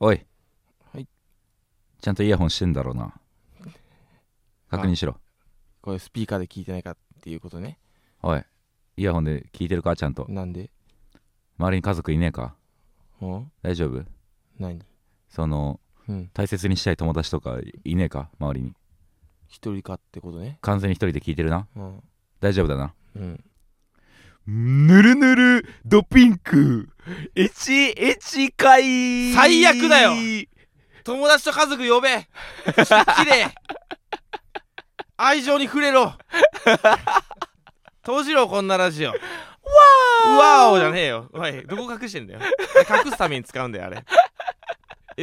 おい、はいちゃんとイヤホンしてんだろうな 確認しろこれスピーカーで聞いてないかっていうことねおいイヤホンで聞いてるかちゃんとなんで周りに家族いねえかうん大丈夫何そのうん大切にしたい友達とかいねえか周りに一人かってことね完全に一人で聞いてるなうん大丈夫だなうんぬるぬるドピンクエチエチかい最悪だよ 友達と家族呼べ綺麗 愛情に触れろ閉じろこんなラジオわーわおじゃねえよおいどこ隠してんだよ隠すために使うんだよあれ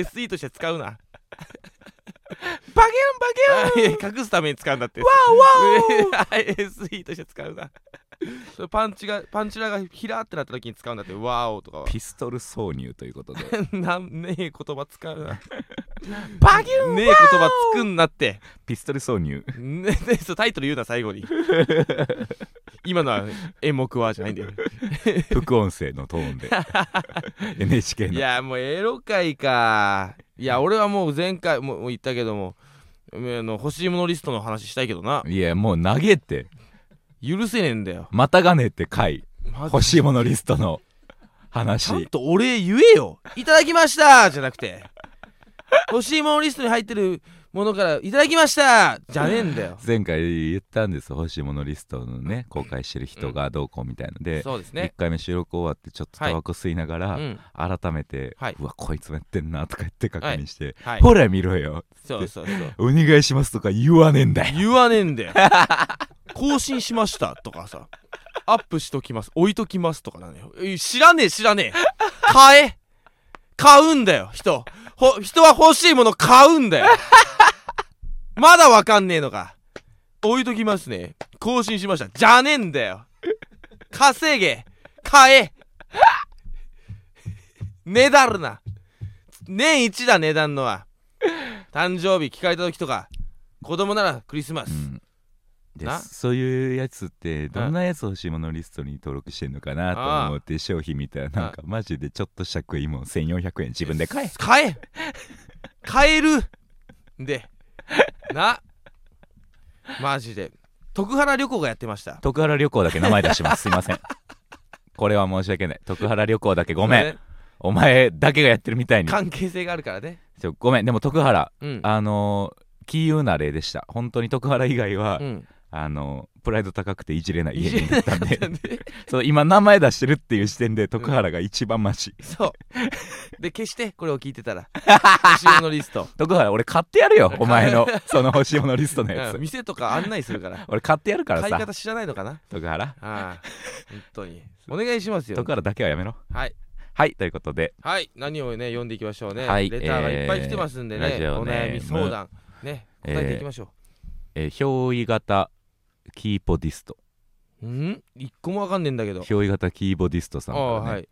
SE として使うなバあいや 隠すために使うんだってわーわー SE として使うなそれパンチがパンチラがひらーってなった時に使うんだってわーおとかはピストル挿入ということで なんねえ言葉使うなバギねえ言葉作んなってピストル挿 入ねねそうタイトル言うな最 後に今のは演目はじゃないんだよ副音声のトーン で NHK いのやもうエロ界かいや俺はもう前回ももう言ったけどもあの欲しいものリストの話したいけどないやもう投げて許せねえんだよまたがねえって回まず欲しいものリストのちゃん話とお礼言えよいただきましたじゃなくて欲しいものリストに入ってるものからいただきましたじゃねえんだよ前回言ったんです欲しいものリストのね公開してる人がどうこうみたいので、そうです1ね回目収録終わってちょっとタバコ吸いながら、うん改めて、はいうわこいつもやってんなとか言って確認して、はいほら見ろよそうそうそうお願いしますとか言わねえんだよ 言わねえんだよ更新しましたとかさアップしときます置いときますとかなのよえ知らねえ知らねえ買え買うんだよ人ほ人は欲しいもの買うんだよまだわかんねえのか置いときますね更新しましたじゃねえんだよ稼げ買えねだるな年一だ値段のは誕生日聞かれた時とか子供ならクリスマス、うんでなそういうやつってどんなやつ欲しいものリストに登録してんのかなと思って商品見たらなんかマジでちょっとした食いもん1400円自分で買え買え買えるんでなマジで徳原旅行がやってました徳原旅行だけ名前出し ますすいませんこれは申し訳ない徳原旅行だけごめん、そうねお前だけがやってるみたいに関係性があるからねちょごめんでも徳原うんあのー、キーウな例でした本当に徳原以外は、うんあのープライド高くていじれないい家じにれななっかたっんで たんでそう今名前出してるっていう視点で徳原が一番マシ、そうで決してこれを聞いて たら後ろのリスト、徳原俺買ってやるよお前のその欲しいものリストのやつ、うん店とか案内するから俺買ってやるから買いさ方知らないのかな徳原ああ本当にお願いしますよ徳原だけはやめろはいはいということではい何をね読んでいきましょうね、はいレターがいっぱい来てますんでね、えーラジオおネ悩ームみ相談ね答えていきましょう、えー憑依型キーボディストうん一個もわかんねえんだけど。憑依型キーボディストさんあからあね、はい。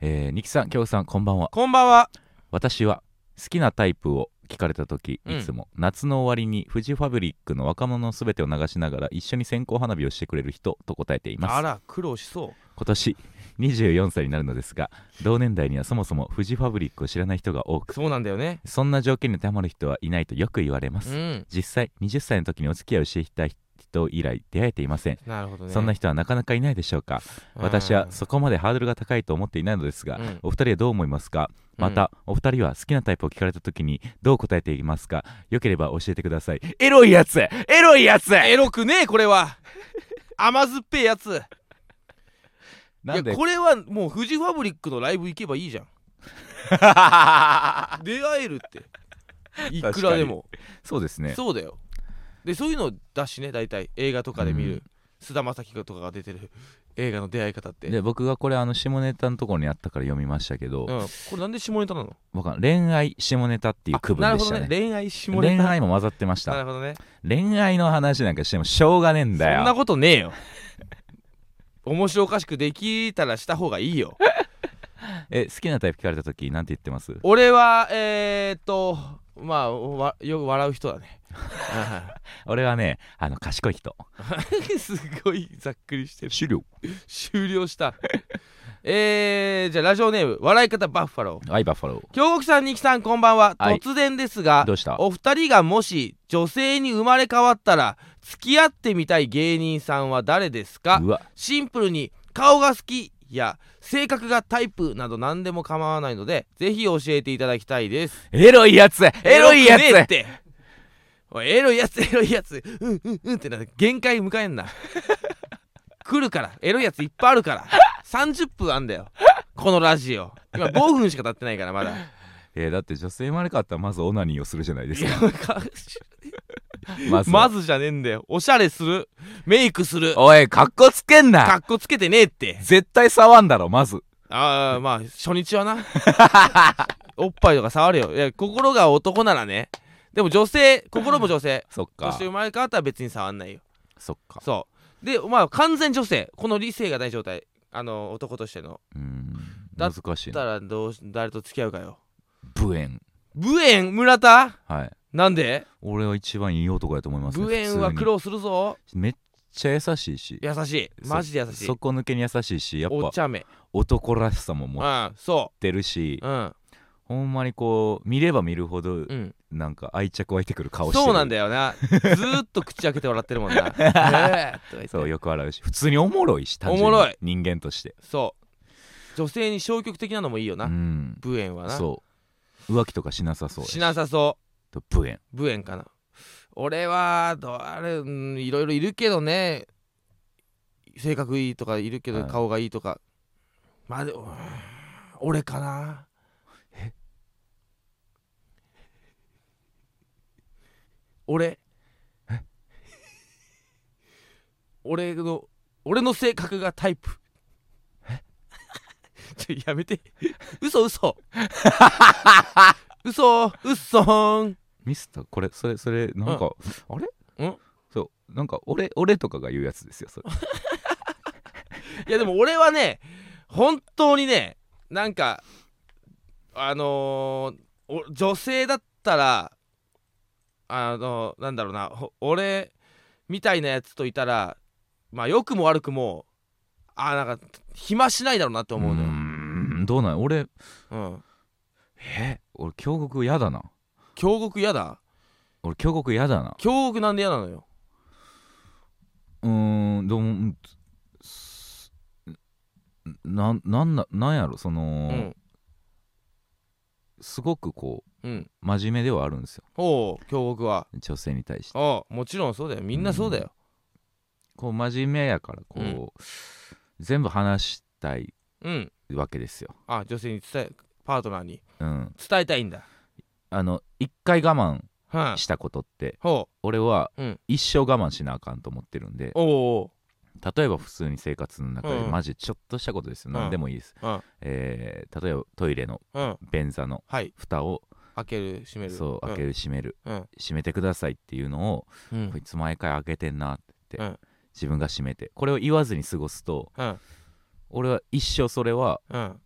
えー、ニキさん京子さんこんばんはこんばんは。私は好きなタイプを聞かれた時うんいつも夏の終わりにフジファブリックの若者のすべてを流しながら一緒に線香花火をしてくれる人と答えていますあら苦労しそ今年24歳になるのですが同年代にはそもそもフジファブリックを知らない人が多う。くそうなんだよね。そんな条件に当てはまる人はいないとよく言われまうすん。実際20歳の時にお付き合いをしていた人以来出会えていませんなるほどね。そんな人はなかなかいないでしょうかうん私はそこまでハードルが高いと思っていないのですが、うんお二人はどう思いますかうんまた、お二人は好きなタイプを聞かれた時にどう答えていますかよければ教えてくださいエロいやつエロいやつエロくねえこ れは。甘酸っぱいやつ。いなやんでこれはもうフジファブリックのライブ行けばい いじゃん。出会えるって。いくらでも。そうですねそうだよ。でそういうのだしね大体映画とかで見うる菅田将暉とかが出てる映画の出会い方って。で僕がこれあの下ネタのところにあったから読みましたけどうん、、これなんで下ネタなのわかん恋愛下ネタっていう区あ分なでるしほたどねね恋愛下ネ恋タ愛も混ざってましなたるほどね恋愛の話なんかしてもしょうがねえんだそんなよことねえよ 面白おかしくできたらした方がいいよえ好きなタイプ聞かれた時なんて言ってます俺はえー、っとまあわよく笑う人だね 俺はねあの賢い人すごいざっくりしてる資料終了したえー、じゃあラジオネーム笑い方バッファローはいバッファロ京極さん二木さんこんばんは、はい突然ですーがどうしたお二人がもし女性に生まれ変わったら付き合ってみたい芸人さんは誰ですかうわシンプルに顔が好きや性格がタイプなど何でも構わないのでぜひ教えていただきたいですエロいやつエロいやエロつくねえっておいエロいやつエロいやつうんうんうんってな限界迎えんな来るからエロいやついっぱいあるから30分あんだよこのラジオ今5分しか経ってないからまだえーだって女性生まれ変わったらまずオナニーをするじゃないですいかやかまずはまずじゃねえんだよおしゃれするメイクするおい格好つけんかなっこつけてねえって絶対触んだろまずああまあ初日はな おっぱいとか触るよいや心が男ならねでも女性心も女性そっそかして生まれ変わったら別に触んないよそっかそうでまあ完全女性この理性がない状態あの男としてのうーんだっ難しいだっなたらどうし誰と付き合うかよブエンブエン村田はいなんで俺は一番いい男やと思いますよブエンは普通に苦労するぞめっちゃ優しいし優しいマジで優しい底抜けに優しいしやっおぱ茶目男らしさも持っうんそてるしううんほんまにこう見れば見るほどうんなんか愛着湧いてくる顔してるそうなんだよなずーっと口開けて笑って るもんなえーとか言ってそうよく笑うし普通におもろいし単純におもろい人間としてそう女性に消極的なのもいいよな、うんブエンはなそう浮気とかしなさそうやしなさそとブエンうブエンかな俺はどあれうんいろいろいるけどね性格いいとかいるけどはい顔がいいとか、まあでもうん俺かな 俺 俺の俺の性格がタイプ ちょやめて嘘 嘘嘘嘘ーんミスターこれそれそれなんか、あれうんそうなんか俺俺とかが言うやつですよそれいやでも俺はね本当にねなんかあのーお女性だったらあのなんだろうなほ俺みたいなやつといたらまあ良くも悪くもあーなんか暇しないだろうなって思うのうーよ、んどうなん俺うん、え俺京極嫌だな京極嫌だ俺京極嫌だな京極なんで嫌なのようーんどうもうんすなんなんななんやろそのう、んすごくこううん真面目ではあるんですよおう京極は女性に対してああもちろんそうだよみんなそうだよこう真面目やからこう、全部話したいうん、わけですよあ女性に伝えパートナーにうん伝えたいんだあの一回我慢はい、したことってほ俺はうん一生我慢しなあかんと思ってるんでうおうおう例えば普通に生活の中でうんマジちょっとしたことですよん何でもいいですうんえー例えばトイレのうん、便座のはい蓋を開ける閉めるそう開けるる閉めるうん閉めてくださいっていうのをうんうんこいつ毎回開けてんなってうん自分が閉めてこれを言わずに過ごすとうん俺は一生それはうん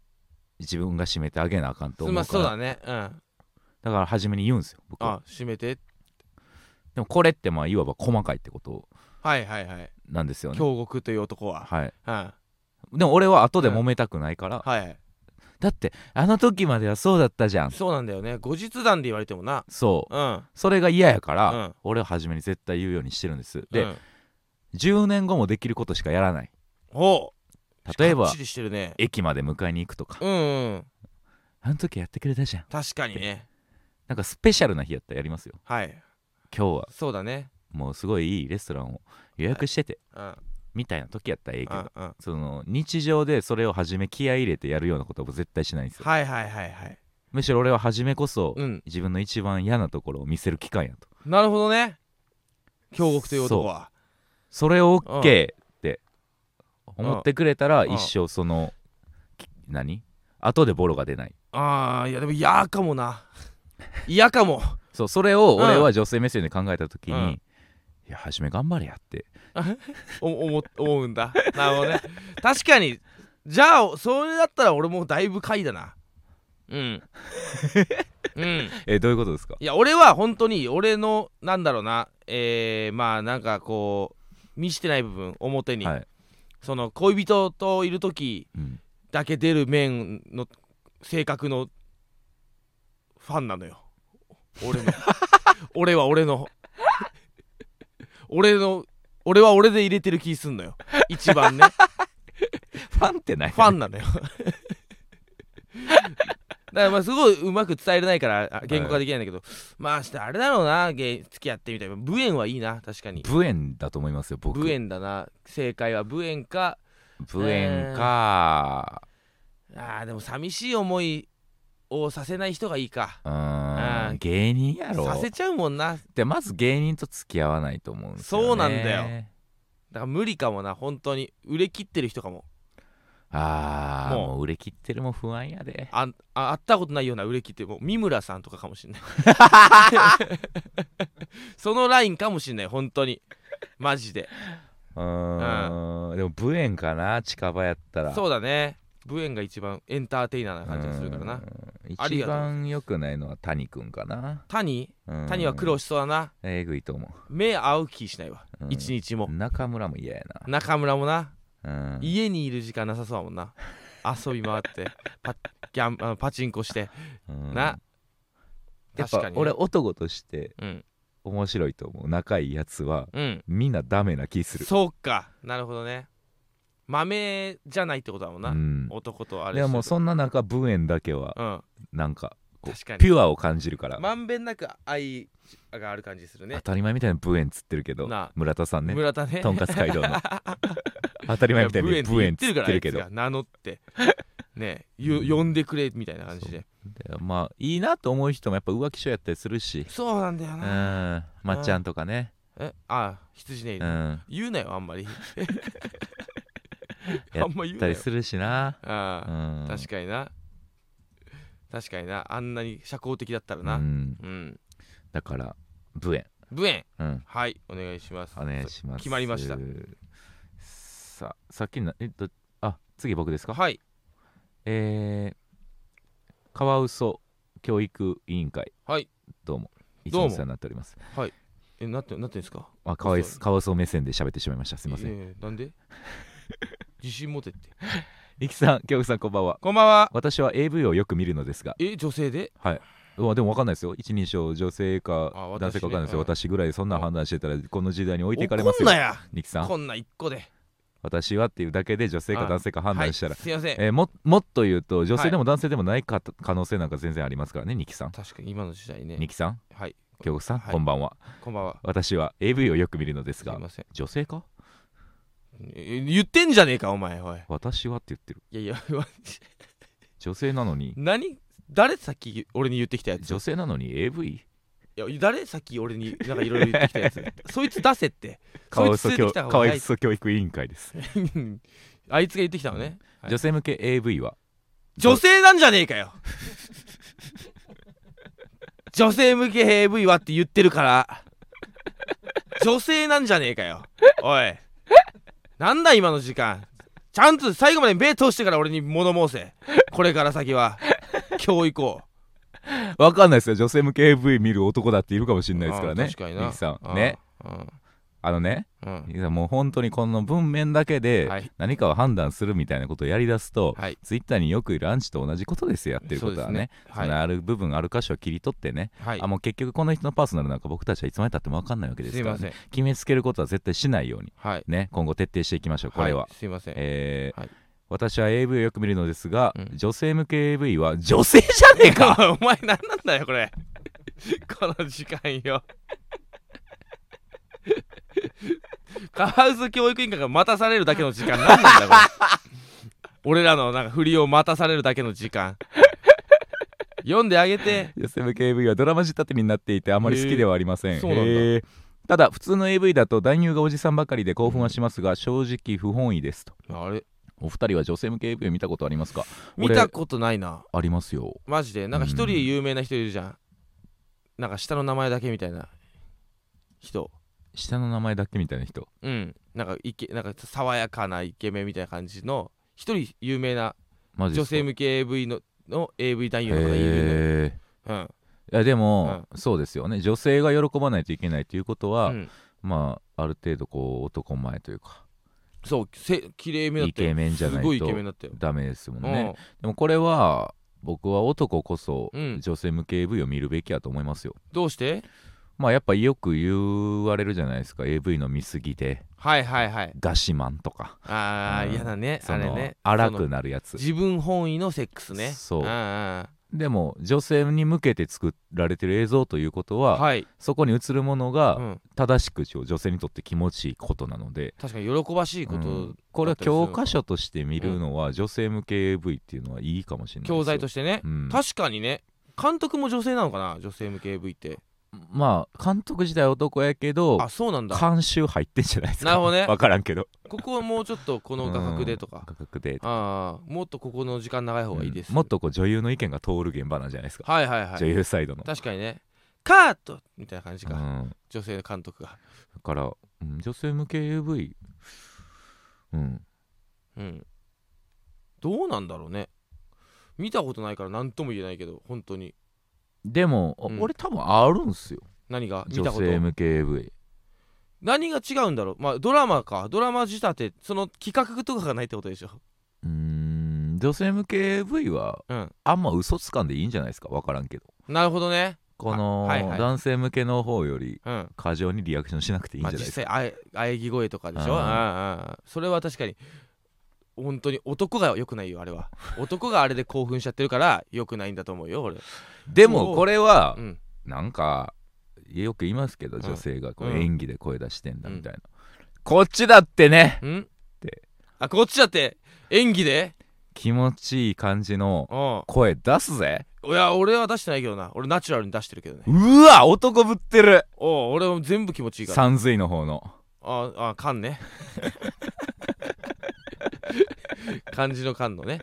自分が閉めてあげなあかんとす思うまかあらそうだねうんだから初めに言うんですよ僕はあ閉めてでもこれってまあいわば細かいってことはいはいはいなんですよね京極という男は、はいうん、はでも俺は後で揉めたくないから、いはいだってあの時まではそうだったじゃんそうなんだよね後日談で言われてもなそううんそれが嫌やから、うん俺は初めに絶対言うようにしてるんですで、うん、 10年後もできることしかやらないおう例えかっばちりしてるね駅まで迎えに行くとか、うん、うん、あの時やってくれたじゃん確かにねなんかスペシャルな日やったらやりますよはい今日はそうだねもうすごいいいレストランを予約してて、うんみたいな時やったらええけうど、んうんその日常でそれを初め気合い入れてやるようなことも絶対しないんですよはいはいはいはいむしろ俺は初めこそ、うん自分の一番嫌なところを見せる機会やとなるほどね京極という男はそれを OK ってん思ってくれたらうん一生そのき何後でボロが出ないああいやでも嫌かもな嫌かもそうそれをうん俺は女性目線で考えた時に、うんいや初め頑張れやってお 思思うんだなるほどね確かに じゃあそれだったら俺もうだいぶ回だなうんうんえどういうことですかいや俺は本当に俺のなんだろうなえー、まあなんかこう見してない部分表に、はい、その恋人といる時うん、だけ出る面の性格のファンなのよ 俺の俺は俺の俺の俺は俺で入れてる気すんのよ一番ねファンってないファンな のよだからまあすごいうまく伝えれないからあ言語化できないんだけど、まあしてあれだろうなゲイ付き合ってみたいな無縁はいいな確かにブエンだと思いますよ僕無縁だな正解は無縁かブエンかあーでも寂しい思いをさせない人がいいかうーうんん芸人やろさせちゃうもんなだかでまず芸人と付き合わないと思うんですよ、ね、そうなんだよら無理かもな本当に売れ切ってる人かもああもうもう売れ切ってるも不安やでああ会ったことないような売れ切ってもう三村さんとかかもし んないそのラインかもしんない本当にマジでうーんでもブエンかな近場やったらそううだねブエンが一番エンターテイナーな感じがするからなーんあり一がとうござい番良くないのは谷くんかな谷うん谷は苦労しそうだなえぐいと思目合う気しないわう、うん一日も中村も嫌や中村もなな、うん、家にいる時間なさそうだもんな遊び回ってパギャンあパチンコしてうんなやっ確ぱかにね俺男としてうん面白いと思う仲いいやつはうんみんなダメな気するそうかなるほどね豆じゃないってことだもんな、うん、男とあれでもしてそるんな中ブエンだけはとうんなんかこう確かにピュアを感じるから、まんべんなく愛がある感じする当ねたり前みたいなブエンつってるけどなあ村田さんね村田ねとんかつ街 道の当たり前みたいいにやブエンつってからるけどあいつが名乗ってねゆ呼んでくれみたいな感じででまあいいなと思う人もやっぱ浮気症やったりするしそうなんだようんなまっちゃんとかねえあ羊ねいるうん言うなよあ んまりやあんま言やうったなりよするしなうああ、ん確かにな確かになあんなに社交的だったらうなうん、んだからブエブエンンうんはいお願いしますお願いします決まりましたささっきのえっとあ次僕ですかはいえー、カワウソ教育委員会はいどうもいつどうももお世話になっておりますえなってなってんですかあカワウそソカワウソ目線で喋ってしまいましたすいませんえーなんで 自信持てってリキさん京子さんこんばんはこんばんは私は AV をよく見るのですがえ女性ではいうわでも分かんないですよ一人称女性かあ私ね男性か分かんないですようん私ぐらいでそんな判断してたらこの時代に置いていかれま怒すんよなやリキさんこんな一個で私はっていうだけで女性うかん男性か判断したらはい、すいません、えーももっと言うと女性でも男性でもないか可能性なんか全然ありますからねニキさん確かに今の時代ねニキさんはい京子さん、はいこんばんはこんばんは私は AV をよく見るのですすいがません女性かえ言ってんじゃねえかお前おい私はって言ってるいやい や言わ女性なのに何誰さっき俺に言ってきたやつ女性なのに AV いや誰さっき俺になんかいろいろ言ってきたやつ そいつ出せって カそワいウつソ連れて教きたカ方ワがウソ教育委員会です、うんあいつが言ってきたのねはい女性向け AV は女性なんじゃねえかよ女性向け AV はって言ってるから女性なんじゃねえかよおいなんだ今の時間ちゃんと最後まで目通してから俺に物申せこれから先は今日行こわかんないですよ女性向け AV 見る男だっているかもしれうないですからうねん確かになニキさうんねあのねうんうんニキさんもう本当にこの文面だけではい何かを判断するみたいなことをやりだすと、はいツイッターによくいるアンチと同じことですよやってることはねそうですねはいそのある部分ある箇所を切り取ってねはいあもう結局この人のパーソナルなんか僕たちはいつまでたっても分かんないわけですすいから、まねせ、ん決めつけることは絶対しないようにはいね今後徹底していきましょうこれは、いすいませんえーはい私は AV をよく見るのですが、うん女性向け AV は女性じゃねえか お前何なんだよこれこの時間よ カワウソ教育委員会が待たされるだけの時間何なんだよ これ俺らのなんか振りを待たされるだけの時間読んであげて女性向け AV はドラマ仕立てになっていてあまり好きではありません、へーそうなんだへーただ普通の AV だと男優がおじさんばかりで興奮はしますが正直不本意ですとあれお二人は女性向け AV を見たことありますか見たことないな俺ありますよマジでなんか一人うん有名な人いるじゃんなんか下の名前だけみたいな人下の名前だけみたいな人うんなんかイケなんか爽やかなイケメンみたいな感じの一人有名なマジで女すか性向け AV のの AV 男優の方がいるへーの、うん、いやでも、そうですよね女性が喜ばないといけないということは、うん、まあある程度こう男前というかそうせ綺麗めだったよイケメンじゃないとすごいイケメンだったよ、ダメですもんね、でもこれは僕は男こそうん女性向け AV を見るべきやと思いますよ、どうしてまあやっぱよく言われるじゃないですか AV の見過ぎではいはいはいガシマンとかああうん嫌だねそあれの、ね荒そくのなるやつ自分本位のセックスねそううんんでも女性に向けて作られてる映像ということは、はい、そこに映るものうがん、正しく女性にとって気持ちいいことなので、確かに喜ばしいこと、うんこれは教科書として見るのは女性向け AV っていうのはいいかもしれないですよ教材としてね、うん確かにね監督も女性なのかな女性向け AV ってまあ監督自体男やけどあそうなんだ監修入ってんじゃないですかなるほどね分からんけどここはもうちょっとこの画角でとかうん画角でとかああもっとここの時間長い方がいいです、うんもっとこう女優の意見が通る現場なんじゃないですか、はいはいは女い優サイドの確かにねカートみたいな感じか、うん女性の監督がだから、うん女性向け AV うんうんどうなんだろうね見たことないから何とも言えないけど本当にでも、あうん俺多分あるんすよ何が見女たこと性向け AV 何が違うんだろうまあドラマかドラマ仕立てその企画とかがないってことでしょうーん女性向け AV はうんあんま嘘つかんでいいんじゃないですか分からんけどなるほどねこの、あはいはい男性向けの方よりうん過剰にリアクションしなくていいんまあじゃないで実すか、際あえ喘ぎ声とかでしうょうんんうんうんそれは確かに本当に男が良くないよあ れは男があれで興奮しちゃってるから良くないんだと思うよ俺でもこれはう、んなんかよく言いますけどん女性がこううん演技で声出してんだみたいな、こっちだってねうんてあこっちだって演技で気持ちいい感じのうん声出すぜいや俺は出してないけどな俺ナチュラルに出してるけどねうわ男ぶってるおう俺は全部気持ちいいから三髄の方のああ缶ね 漢字の缶のね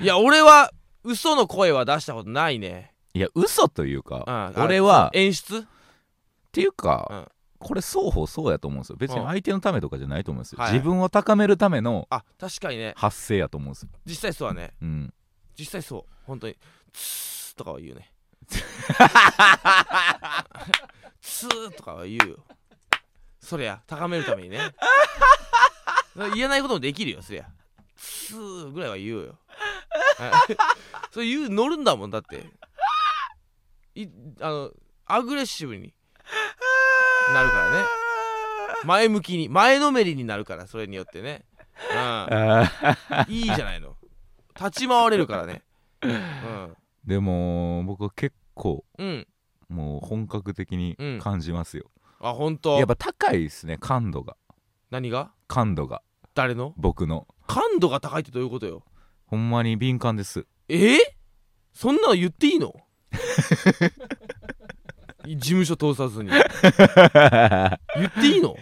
いや俺は嘘の声は出したことないねいや嘘といううんかあ俺はっ演出ていううかんこれ双方そうやと思うんですよ別にうん相手のためとかじゃないと思うんですよはい自分を高めるためのあ確かにね発声やと思うんですよ、実際そうだねうん、実際そう本当にツーとかは言うねツーとかは言うよそりゃ高めるためにね言えないこともできるよそりゃツーぐらいは言うよ それ言う乗るんだもんだっていあのアグレッシブになるからね前向きに前のめりになるからそれによってね、うん、いいじゃないの立ち回れるからねうんでも僕は結構うんもう本格的にうん感じますよ、あ本当やっぱ高いですね感度が何が感度が誰の僕の感度が高いってどういうことよほんまに敏感 ですえー、そんなの言って いいの事務所通さずに言っていいの、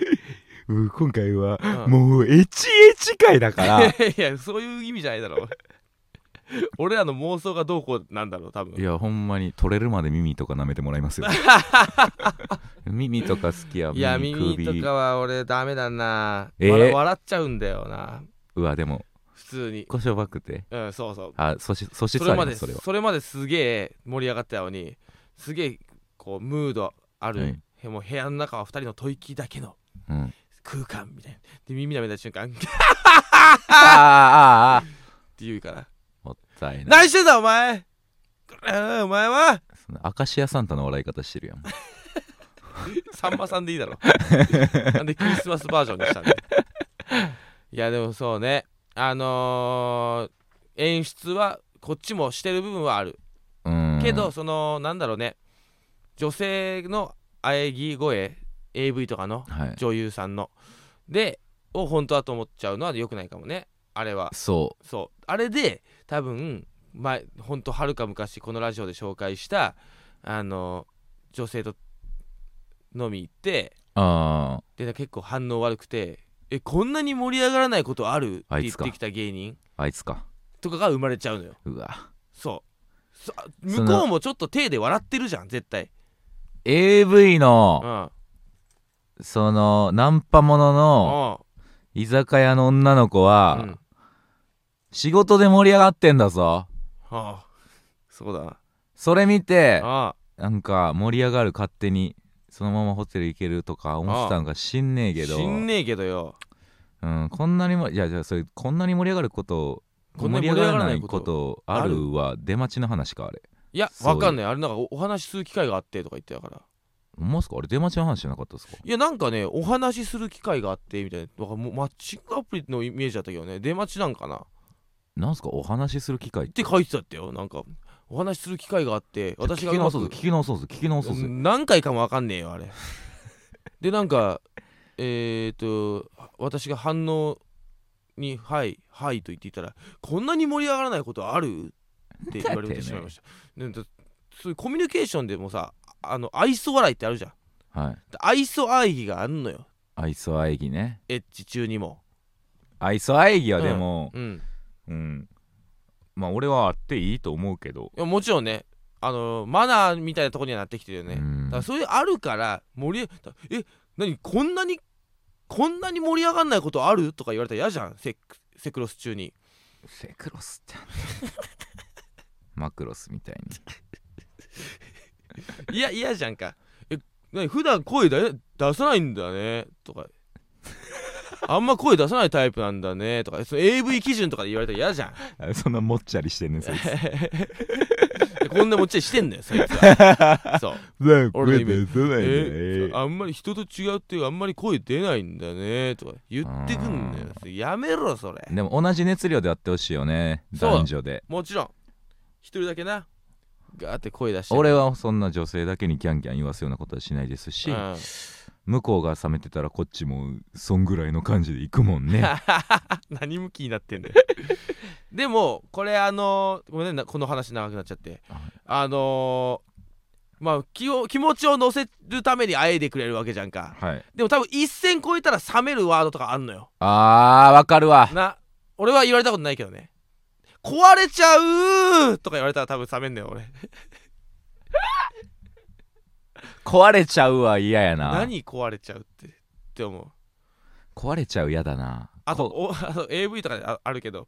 うん今回はうんもうエチエチ会だからいいやそういう意味じゃないだろう俺らの妄想がどうこうなんだろう多分やほんまに取れるまで耳とか舐めてもらいます よ耳とか好きやいや耳耳首とかは俺ダメだな、えー笑笑っちゃうんだよなうわでも普通に故障バックってうんそうそうあそし素質そあれりまますでそそれれはまですげえ盛り上がったのにすげえこうムードある、はいへもう部屋の中は2人の吐息だけのうん空間みたいなで耳舐めた瞬間ってあああああ言うからもったいな「い何してんだお前ああお前はそのアカシアサンタの笑い方してるやんさんまさんでいい だろ」なんでクリスマスバージョンにしたんだよいやでもそうねあのー演出はこっちもしてる部分はあるうんけどそのなんだろうね女性の喘ぎ声 AV とかのはい女優さんのでを本当だと思っちゃうのは良くないかもねあれはそそうあれで多分前本当はるか昔このラジオで紹介したあの女性と飲み行ってうあで結構反応悪くて「えこんなに盛り上がらないことある?」ってあい言っつかてきた芸人ああいつかとかが生まれちゃうのようわそうそその向こうもちょっと手で笑ってるじゃん絶対 AV のうんうんそのナンパものの居酒屋の女の子は、うん仕事で盛り上がってんだぞああそうだそれ見てああなんか盛り上がる勝手にそのままホテル行けるとか思ってたんか知んねえけど死んねえけどようん、こんなにもいやじゃあそれこんなに盛り上がることこんなに盛り盛上りが上がららなないいことことあるは出待ちの話かあれいやそういうわかんないあれなんかおお話しする機会があってとか言ってたから思んますかあれ出待ちの話じゃなかったですかいやなんかねお話しする機会があってみたいなだからもうマッチングアプリのイメージだったけどね出待ちなんかななんすかお話しする機会って書いてたってよなんかお話しする機会があって私が聞きうま直くそうぜ聞き直そうぜ聞き直そうぜ何回かもわかんねえよあれ でなんかえっ、と私が反応に「はいはい」と言っていたら「こんなに盛り上がらないことある?」って言われてしまいましたでだそういうコミュニケーションでもさあの愛想笑いってあるじゃんはい愛想愛義があんのよ愛想愛義ねエッチ中にも愛想愛義はでもうんうん、まあ俺はあっていいと思うけどいやもちろんねあのマナーみたいなとこにはなってきてるよね、うんだからそういうあるから盛りだえ何こんなにこんなに盛り上がんないことあるとか言われたら嫌じゃんセクセクロス中にセクロスって マクロスみたいに いや嫌じゃんかえ何普段声だ出さないんだねとかあんま声出さないタイプなんだねとかその AV 基準とかで言われたら嫌じゃんあ そんなもっちゃりしてんねんそ いつこんなもっちゃりしてんのよそいつ はそうなんか俺のイメー出さないえであんまり人と違うってあんまり声出ないんだねとか言ってくんだよやめろそれでも同じ熱量でやってほしいよねそう男女でもちろん一人だけなガーって声出して俺はそんな女性だけにギャンギャン言わすようなことはしないですしうん 向こうが冷めてたらこっちもそんぐらいの感じで行くもんね何向きになってんだよ でもこれあのーごめんねなこの話長くなっちゃってはいあのーまあ気を気持ちを乗せるためにあえいでくれるわけじゃんか はいでも多分一線超えたら冷めるワードとかあんのよあーわかるわな俺は言われたことないけどね壊れちゃうとか言われたら多分冷めんだよ俺壊れちゃうわ嫌やな何壊れちゃうってって思う壊れちゃう嫌だなあとこお あと AV とかでああるけど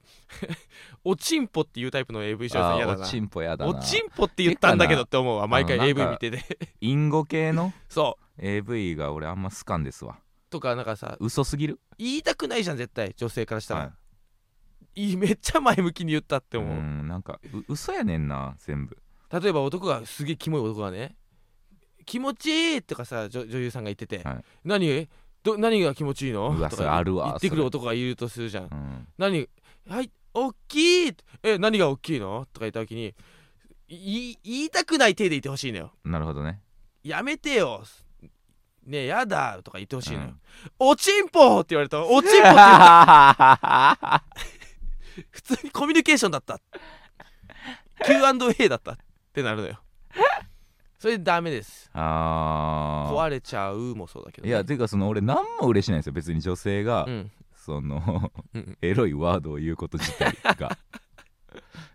おちんぽっていうタイプの AV 少女あ嫌だーおなちんぽ嫌だおなちんぽって言ったんだけどって思うわ毎回あのなんか AV 見てて インゴ系のそう AV が俺あんま好かんですわとかなんかさ嘘すぎる言いたくないじゃん絶対女性からしたら、はいいいめっちゃ前向きに言ったってう思う、んなんかう嘘やねんな全部例えば男がすげえキモい男がね気持ちいいとかさ女女優さんが言ってて、はい何ど何が気持ちいいのうわとそれかあるわ言ってくるそれ男がいるとするじゃんうん何はい大きいえ何が大きいのとか言った時にい言いたくない手で言ってほしいのよなるほどねやめてよねえやだとか言ってほしいのよ、 うんおちんぽって言われたらおちんぽって言う 普通にコミュニケーションだった Q&A だったってなるのよそれダメですあー壊れちゃうもそうだけどいね、やていうかその俺何も嬉しないんですよ別に女性が、うんそのうんうんエロいワードを言うこと自体 が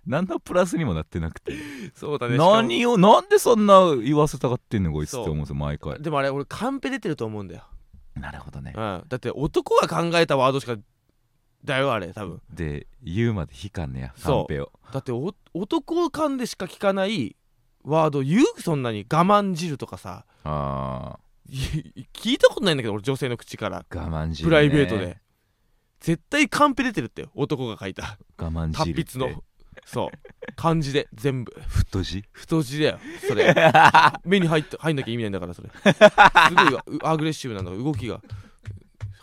何のプラスにもなってなくてそうだねしかも何をなんでそんな言わせたがってんのこいつってそう思うんですよ毎回でもあれ俺カンペ出てると思うんだよ、なるほどねうん、だって男が考えたワードしかだよあれ多分で言うまで引かんねやそカうンペをだってお男間でしか聞かないワード言うそんなに我慢汁とかさ あい聞いたことないんだけど俺女性の口からー我慢汁、プね、ライベートで絶対カンペ出てるって男が書いた我慢汁達って筆のそう漢字で全部太 字太字だよそれ目に入った入んなきゃ意味ないんだからそれすごいわうアグレッシブなんだ動きが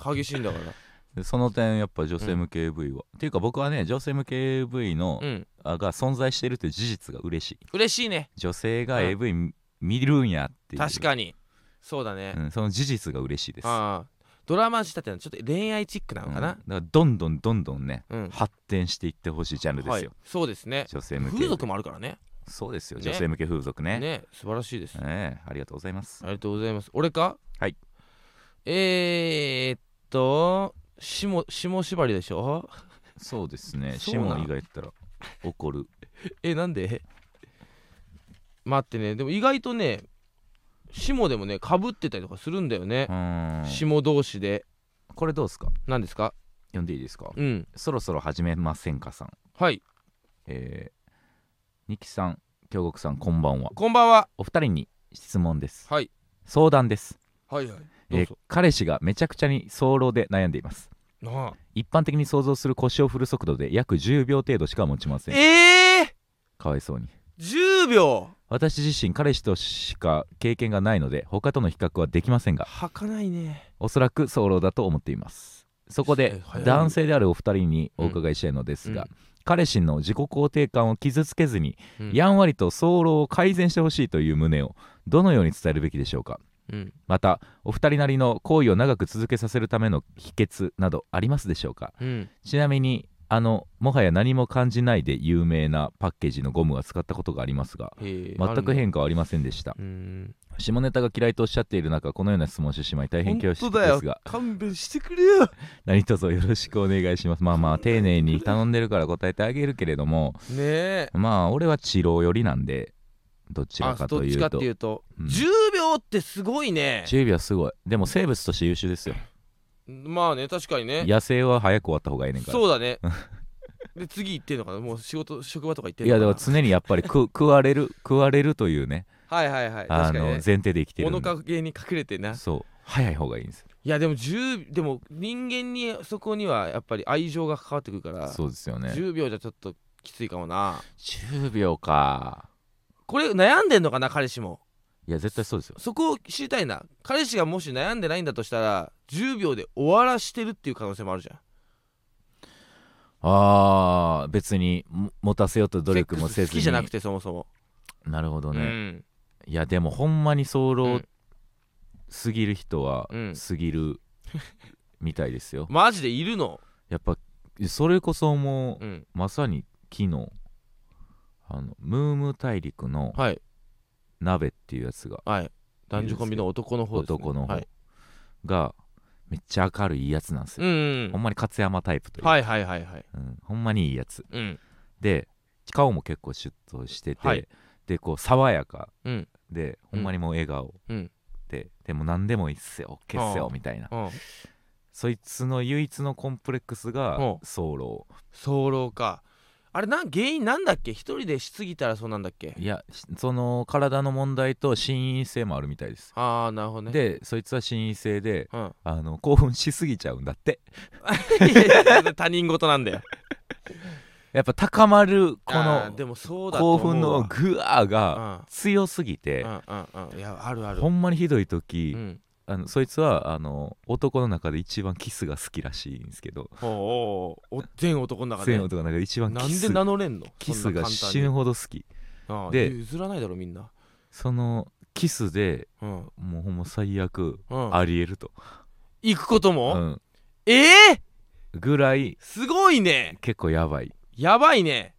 激しいんだからでその点やっぱ女性向け AV は、っていうか僕はね女性向け AV の、うんあが存在してるという事実が嬉しい嬉しいね女性うがん AV 見見るんやっていう確かにそうだね、うん、その事実が嬉しいですああドラマ仕立てのちょっと恋愛チックなのかうんなだからどんどんどんどんね、うん発展していってほしいジャンルですよ、はい、そうですね女性向け風俗もあるからねそうですよ、ね女性向け風俗ねね素晴らしいです、ええありがとうございますありがとうございます俺かはいえー、っと下下縛りでしょそうですねそうシなモの以外やったら怒るえなんで待ってねでも意外とね下でもねかぶってたりとかするんだよねう、ーん下同士でこれどうですか何ですか読んでいいですかうんそろそろ始めませんかさんはいえー、ニキさん京極さんこんばんはこんばんはお二人に質問ですはい相談です、はいはいえどうーぞ彼氏がめちゃくちゃに早漏で悩んでいますなあ一般的に想像する腰を振る速度で約10秒程度しか持ちませんええかわいそうにー、10秒私自身彼氏としか経験がないので他との比較はできませんがはかないねおそらく早漏だと思っていますそこえで早い男性であるお二人にお伺いしたいのですが、うん彼氏の自己肯定感を傷つけずに、うんやんわりと早漏を改善してほしいという旨をどのように伝えるべきでしょうかうんまたお二人なりの行為を長く続けさせるための秘訣などありますでしょうかうんちなみにあのもはや何も感じないで有名なパッケージのゴムは使ったことがありますが全えー、くあるんだ変化はありませんでしたうん下ネタが嫌いとおっしゃっている中このような質問をしてしまい大変恐縮本当だよですが勘弁してくれよ何卒よろしくお願いしますまあまあ丁寧に頼んでるから答えてあげるけれどもねえまあ俺は治療寄りなんでどちらあかどとっいちかうってというと、うん10秒ってすごいね10秒すごいでも生物として優秀ですよまあね確かにね野生は早く終わった方がいいねんからそう だねで次行ってんのかなもう仕事職場とか行ってんいのやかなでも常にやっぱり食 食われる食われるというねはいはいはいあ確かのに前ね提で生きてるんで物陰に隠れてなそう早い方がいいんですよいやでも10でも人間にそこにはやっぱり愛情が関わってくるから、そうですよね10秒じゃちょっときついかもな10秒かこれ悩んでんのかな彼氏もいや絶対そうですよそこを知りたいな彼氏がもし悩んでないんだとしたら10秒で終わらしてるっていう可能性もあるじゃんあー別にも持たせようと努力もセせックスずに好きじゃなくてそもそも、なるほどうね、んいやでもほんまに早う漏んすぎる人はうんすぎるみたいですよ、マジでいるの、やっぱそれこそもううん、まさに昨日あのムームー大陸のはい鍋っていうやつがはい男女コンビの男の方です、ね、男の方はい、がめっちゃ明るいいいやつなんですうよ、んうほんんまに勝山タイプというか、はいはいはいはいうん、ほんまにいいやつうんで顔も結構シュッとしてて、はいでこう爽やかうんでうほんんまにもう笑顔うんで、でも何でもいいっすよ OK っすあよあみたいなうんそいつの唯一のコンプレックスうんが早漏早漏かあれなん原因なんだっけ一人でしすぎたらそうなんだっけいやしその体の問題と心因性もあるみたいですああなるほどねでそいつは心因性でうんあの興奮しすぎちゃうんだっていやいやそれ 他人事なんだよやっぱ高まるこあーのでもそうだと興思奮うわのグワーうがん強すぎてうんうんうんいやあるあるほんまにひどいう時、んあのそいつはあの男の中で一番キスが好きらしいんですけどおうおうおうお全男の中で全男の中で一番なキんスで名乗れんのキそスんなが簡単に死ぬほど好きああで譲らないだろみんなそのキスでうんもうほんま最悪うんありえると、行くことうもん、ええぐらいすごいね結構やばいやばいね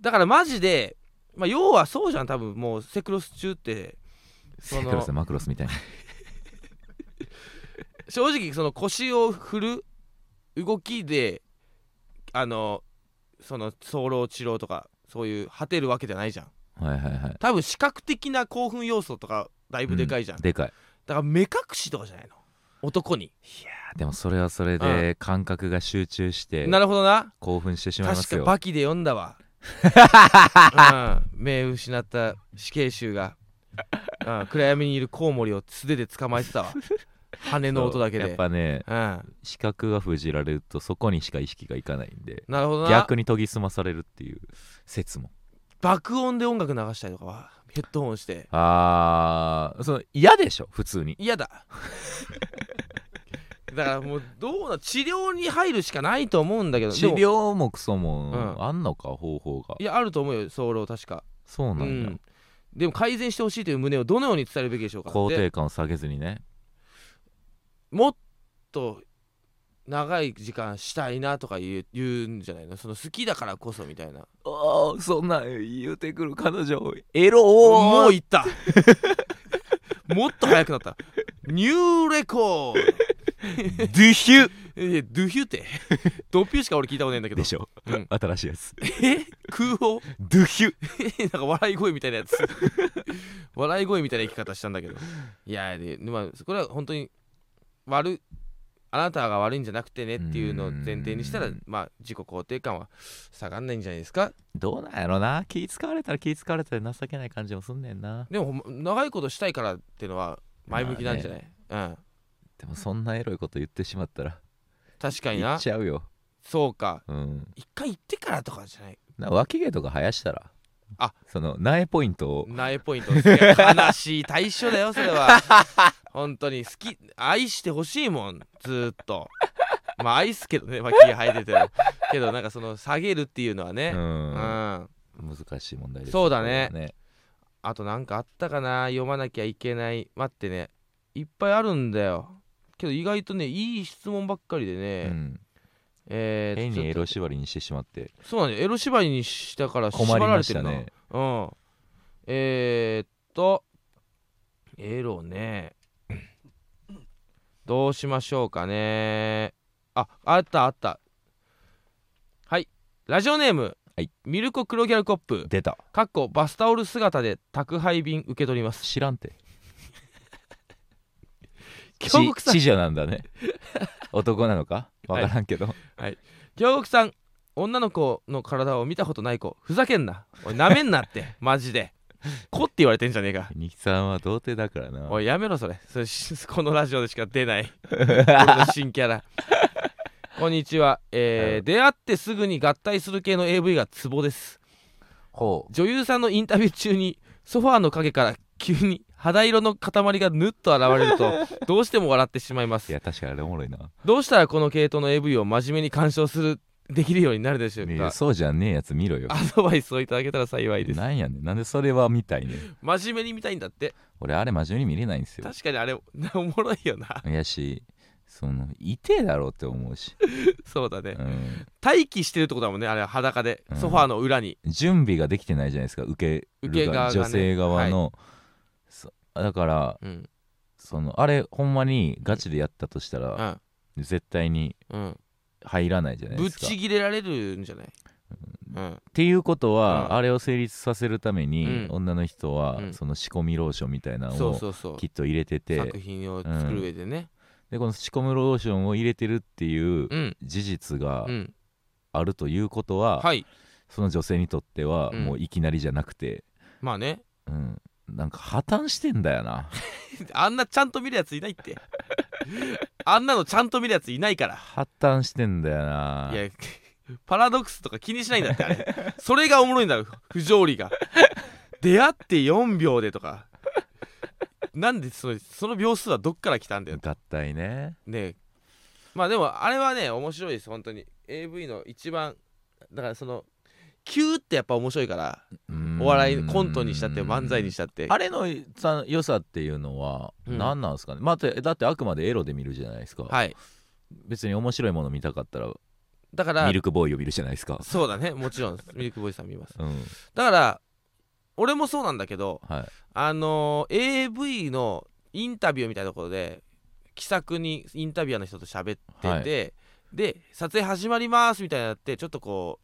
だからマジでまあ要はそうじゃん多分もうセクロス中ってそセのクロスマクロスみたいな正直その腰を振る動きであのその早漏治療とかそういう果てるわけじゃないじゃんはいはいはい多分視覚的な興奮要素とかだいぶでかいじゃん、うだでかいから目隠しとかじゃないの男にあでもそれはそれで感覚が集中してなるほどな興奮してしまいま確すかよバキで読んだわ、うん、目失った死刑囚が、うん、暗闇にいるコウモリを素手で捕まえてたわ羽の音だけそうでやっぱねうん、視覚が封じられるとそこにしか意識がいかないんでなるほどな逆に研ぎ澄まされるっていう説も爆音で音楽流したりとかはヘッドホンしてあーその嫌でしょ普通に 嫌だだからもうどうな治療に入るしかないと思うんだけど治でも療もクソも、うんあんのか方法がいやあると思うよ早漏確かそうなんうだ、ん、でも改善してほしいという旨をどのように伝えるべきでしょうか肯で定感を下げずにねもっと長い時間したいなとか言う言うんじゃないのその好きだからこそみたいなああそんな言うてくる彼女エロもうも言った もっと早くなったニューレコーデュヒュドいやドゥヒュってドピューしか俺聞いたことないんだけどでしょ、うん新しいやつえ空砲ドゥヒュ なんか笑い声みたいなやつ 笑い声みたいな生き方したんだけどいやでまあこれは本当に悪あなたが悪いんじゃなくてねっていうのを前提にしたらうんまあ自己肯定感は下がんないんじゃないですかどうなんやろな気使われたら気使われたら情けない感じもすんねんなでもほんま長いことしたいからっていうのは前向きなんじゃない、うんでもそんなエロいこと言ってしまったら確かに言なっちゃうよそうかうん一回行ってからとかじゃないな脇毛とか生やしたらあその苗ポイントを苗ポイントですね悲しい対象だよそれ は本当に好き愛してほしいもんずーっとまあ愛すけどね脇が生えててもけどなんかその下げるっていうのはうねうんん難しい問題ですそうだねこれはあとなんかあったかな読まなきゃいけない待ってねいっぱいあるんだよけど意外とねいい質問ばっかりでね、うんえー変にエちょロっと縛りにしてしまってそうなんだよエロ縛りにしたから縛困りらまれしてるたな、ねうんえー、っとエロねどうしましょうかねああったあったはいラジオネーム、はいミルコ黒ギャルコップ出たかっこバスタオル姿で宅配便受け取ります知らんて京極ちさん知女なんだね 男なのかわからんけど、京極さん女の子の体を見たことない子ふざけんなおいなめんなってマジ で子って言われてんじゃねえか日産は童貞だからなおいやめろそれそれ しこのラジオでしか出 ない俺の新キャラこんにちは、えー出会ってすぐに合体する系の AV がツボですほ女優さんのインタビュー中にソファーの陰から急に肌色の塊がぬっと現れる とどうしても笑ってしまいまいすや確かにあれおもろいな、どうしたらこの系統の AV を真面目に鑑賞するできるようになるでしょうねえかそうじゃねえやつ見ろよアドバイスをいただけたら幸いですなんやねんなんでそれは見たいね真面目に見たいんだって俺あれ真面目に見れないんですよ確かにあれおもろいよないやしその痛えだろうって思うし、そうだねうん、待機してるってことだもんねあれは裸でうんソファーの裏に準備ができてないじゃないですか受ける受け側がね女性側の、そだからうんそのあれほんまにガチでやったとしたうら、ん絶対にうん入らないじゃないぶでっすか。ちぎれられるんじゃないうんっていうことは、うんあれを成立させるために、うん女の人は、うんその仕込みローションみたいなのそうをそうそうきっと入れてて作品を作る上でねでこの仕込みローションを入れてるっていううん事実がうんあるということは、はいその女性にとっては、うんもういきなりじゃなくて、まあね うん、なんか破綻してんだよなあんなちゃんと見るやついないって あんなのちゃんと見るやついないから破綻してんだよないや パラドックスとか気にしないんだってあれそれがおもろ いんだよ不条理が出会って4秒でとかなんでそのその秒数はどっから来たんだよ合体ねねえまあでもあれはね面白いです本当に AV の一番だからその急ってやっぱ面白いからお笑いコントにしたって漫才にしたってあれのさ良さっていうのはうん何なんですかね、まあ、だってだってあくまでエロで見るじゃないですか、はい別に面白いもの見たかったらだからミルクボーイを見るじゃないですか、そうだねもちろんミルクボーイさん見ますうんだから俺もそうなんだけどはい、あのー AV のインタビューみたいなところで気さくにインタビュアーの人と喋ってて、はいで撮影始まりますみたいになってちょっとこ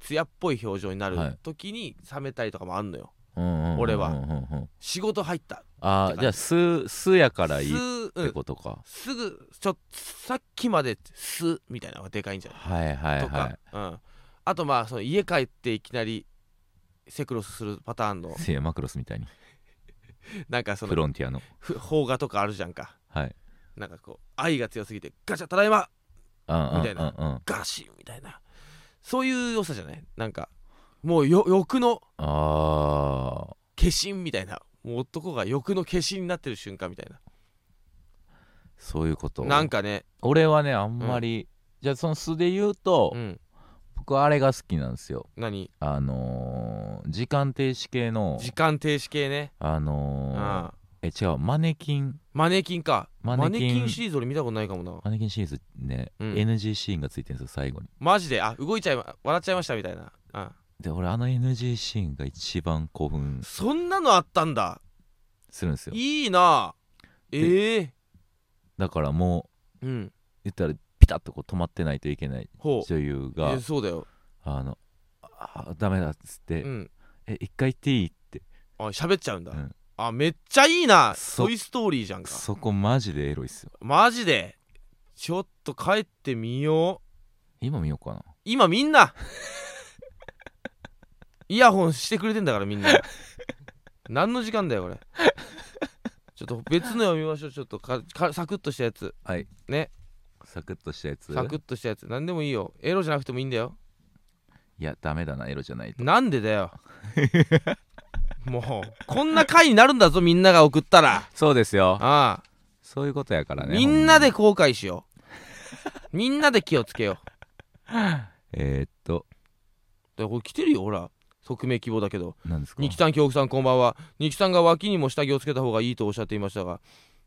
う艶っぽい表情になはいる時に冷めたりとかもあんのようんうんうんうん俺はうんうん仕事入ったああじゃあ素素やからいいっす,、うてん、ことか、すぐちょさっきまですみたいなのがでかいんじゃないはいはいとか、はうん、あとまあその家帰っていきなりセクロスするパターン のいいやマクロスみたいになんかそフのロンティアのふ邦画とかあるじゃんかはいなんかこう愛が強すぎてガチャただいまみみたいなガシンみたいなそういう良さじゃないなんかもうよ欲のあー化身みたいなもう男が欲の化身になってる瞬間みたいなそういうことなんかね俺はねあんまり、じゃあその素で言うと、うん僕あれが好きなんですよ何あのー時間停止系の時間停止系ねあうのーえん違うマネキンマネキンかママネネキンキンシリーズ俺見たことないかもなマネキンシリーズね、うん NG シーンがついてるんですよ最後にマジであ動いちゃいま笑っちゃいましたみたいなうんで俺あの NG シーンが一番興奮そんなのあったんだするんですよいいなええだからもうんう言ったらピタッとこう止まってないといけないほう女優えがそうだよあのあダメだっつって、うんえ一回言っていいってあ喋っちゃうんだうんあめっちゃいいなそソイストーリーじゃんかそこマジでエロいっすよマジでちょっと帰ってみよう今見ようかな今みん なイヤホンしてくれてんだからみんな何の時間だよこれちょっと別の読みましょうちょっとかかサクッとしたやつはいねサクッとしたやつサクッとしたやつ何でもいいよエロじゃなくてもいいんだよいやダメだなエロじゃないとなんでだ よもうこんな回になるんだぞみんなが送ったらそうですよ あそういうことやからあねみんなで後悔しよ うみんなで気をつけようえー、っとだからこれ来てるよほら匿名希望だけど何ですか二木さん京極さんこんばんは二木さんが脇にも下着をつけた方がいいとおっしゃっていましたが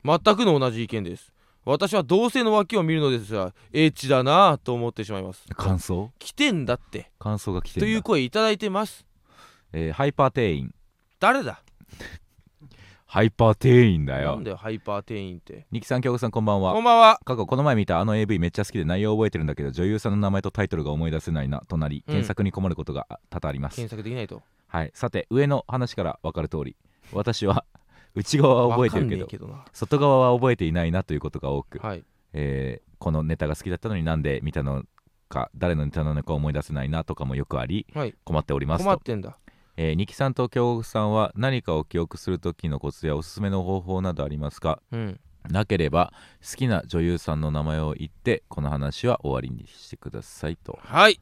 全くの同じ意見です私は同性の脇を見るのですがエッチだなぁと思ってしまいます感想来てんだって感想が来てるという声いただいてますえーハイパー店員誰だハイパー店員だなよんだよハイパー店員ってニキさん京子さんこんばんはこんばんは過去この前見たあの AV めっちゃ好きで内容覚えてるんだけど女優さんの名前とタイトルが思い出せないなとなりうん検索に困ることがあ多々あります、検索できないとはいさて上の話から分かる通り私 は内側は覚えてるけどわかんねえな外側は覚えていないなということが多く、はいえーこのネタが好きだったのになんで見たのか誰のネタなのか思い出せないなとかもよくありはい困っております困っと、てんだえー、二木さんと京極さんは何かを記憶する時のコツやおすすめの方法などありますかうんなければ好きな女優さんの名前を言ってこの話は終わりにしてくださいと、はい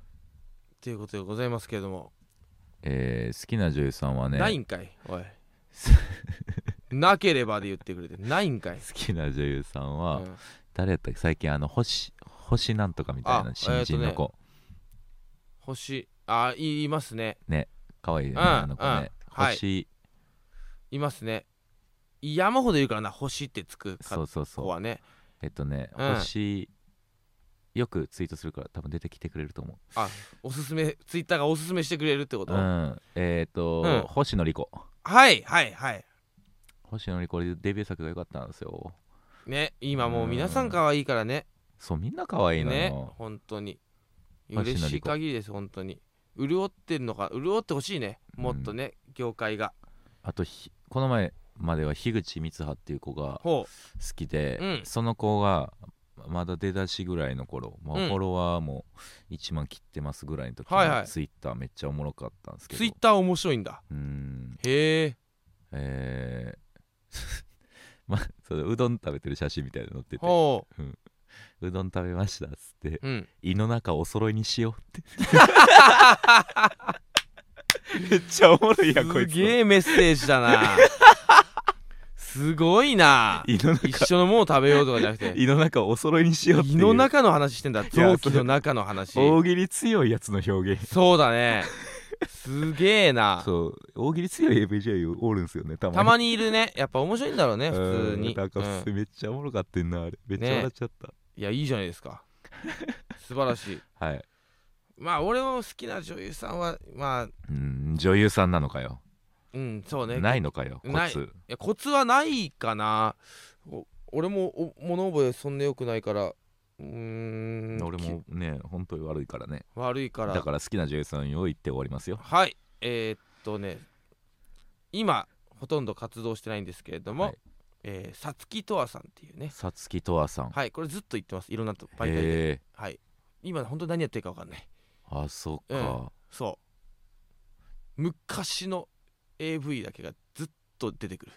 ということでございますけれども、えー好きな女優さんはねないんかい おいなければで言ってくれてないんかい、好きな女優さんは、うん誰やったっけ最近あの星星なんとかみたいあな新人の子、星あいいますねかわいいよね、うんあの子ね、うんはい星、いますね山ほどいるからな星ってつくそうそう子そうはねえっとね、うん星よくツイートするから多分出てきてくれると思あおすすめツイッターがおすすめしてくれるってこう、と、うん、えっ、と、うん星野莉子はいはいはい星野莉子でデビュー作が良かったんですよね今もう皆さん可愛いからねそうみんな可愛いのよ、ね本当に星野嬉莉子しい限りです本当に潤ってるのか潤ってほしいねもっとね、業界があとひこの前までは樋口光葉っていう子が好ほきで、うんその子がまだ出だしぐらいの頃、まあうんフォロワーも1万切ってますぐらいの時の、はいはいツイッターめっちゃおもろかったんですうけどツイッター面白いんだうーんへええー まあそのうどん食べてる写真みたいなの載っててほうどん食べましたっつってううん胃の中お揃いにしようって めっちゃおもろいやんこすいつげえメッセージだなすごいな胃の中一緒のもの食べようとかじゃなくて胃の中お揃いにしようってい胃うの中の話してんだや臓器の中の話大喜利強いやつの表現そうだねすげえな そう大喜利強い AV 女優おるんすよねたまにたまにいるねやっぱ面白いんだろうねうん普通に、なんか普う通めっちゃおもろかってんなあれめっちゃね笑っちゃった、んいやいいじゃないですか素晴らしいはい、まあ俺も好きな女優さんはまあうん、女優さんなのかよ、うんそうねないいのかよコないツやコツはないかなお俺もお物覚えそんな良くないからうーん俺きもね本当に悪いからね悪いからだから好きな女優さんを言って終わりますよはいえー、っとね今ほとんど活動してないんですけれども、はいえーさつきとわさんっていうねさつきとわさん、はいこれずっと言ってますいろんなと媒体で、へえはい今本当に何やってるか分かんないあそっか、うんそう昔の AV だけがずっと出てくる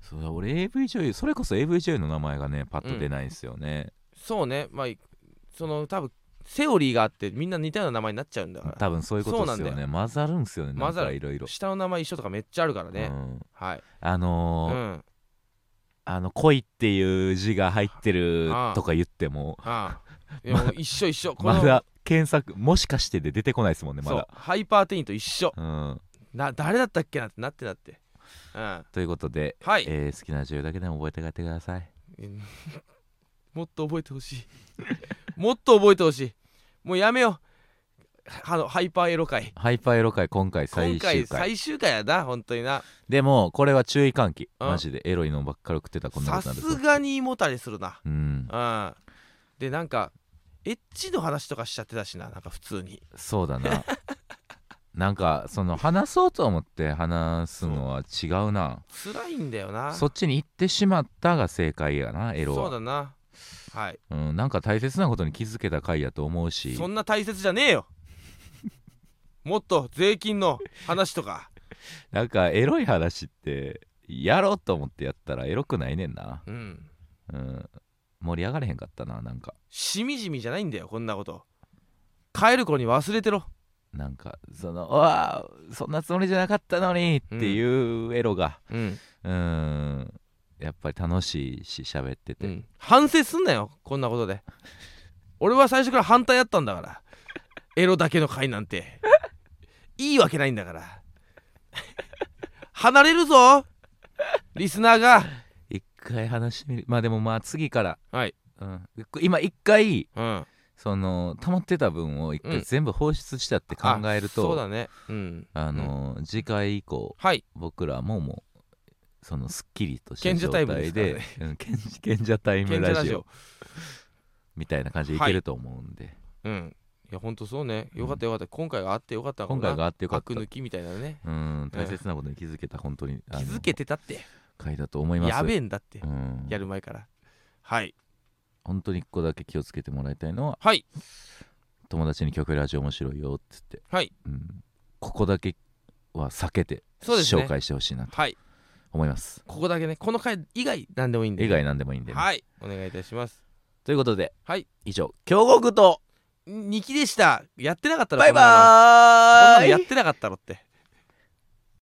そうだ俺 AV 女優それこそ AV 女優の名前がねパッと出ないんですよね、そうねまあいその多分セオリーがあってみんな似たような名前になっちゃうんだから多分そういうことですそうなよんだね混ざるんすよねな混んざるかいろいろ下の名前一緒とかめっちゃあるからね、うんはい、あのうーん、あの恋っていう字が入ってるああとか言っても ああいやもう一緒一緒このまだ検索もしかしてで出てこないですもんねまそうだハイパーテインと一緒うんな誰だったっけなってなってなってうんということで、はい、えー好きな女優だけでも覚えて帰ってくださいうん もっと覚えてほしい もっと覚えてほしいもうやめようあのハイパーエロ会ハイパーエロ会今回最終今回回最終回やな本当になでもこれは注意喚起うんマジでエロいのばっかり食ってたらこんなこさとになるすぞがに胃もたれするなうんうんでなんかエッチの話とかしちゃってたしななんか普通にそうだな なんかその話そうと思って話すのは違うな辛いんだよなそっちに行ってしまったが正解やなエロそうはだなはいうん、なんか大切なことに気づけた回やと思うしそんな大切じゃねえよ もっと税金の話とかなんかエロい話ってやろうと思ってやったらエロくないねんな、うんうん、盛り上がれへんかったななんかしみじみじゃないんだよこんなこと帰る子に忘れてろなんかその「うわあそんなつもりじゃなかったのに」っていうエロがうん、うんやっぱり楽しいし喋ってて、うん、反省すんなよこんなことで俺は最初から反対やったんだからエロだけの会なんていいわけないんだから離れるぞリスナーが一回話してみるまあでもまあ次から、はいうん、今一回うんその溜まってた分を一う回ん全部放出したって考えるあと、そうだねうんあの次回以降はい僕らももうそのすっきりとした賢者状タイムで態すからでねうん賢者賢者タイム賢者ララジジオオみたいな感じでいけると思うんで、うんいやほんとそうねよかったよかった、今回があってよかったのか今な回があってよかった悪抜きみたいなねうん大切なことに気づけた本当にあ気のづけてたって回だと思いますやべえんだって、うん、やる前からはい本当に一個だけ気をつけてもらいたいのははい友達に「曲ラジオ面白いよ」っつって、はいうん、ここだけは避けてそうですね紹介してほしいなとはい思いますここだけねこの回以外何でもいいんで以外なんでもいいんでね、はいお願いいたしますということで、はい以上京極と2期でしたやってなかったらバイバこーんなのこんなのイやってなかったろって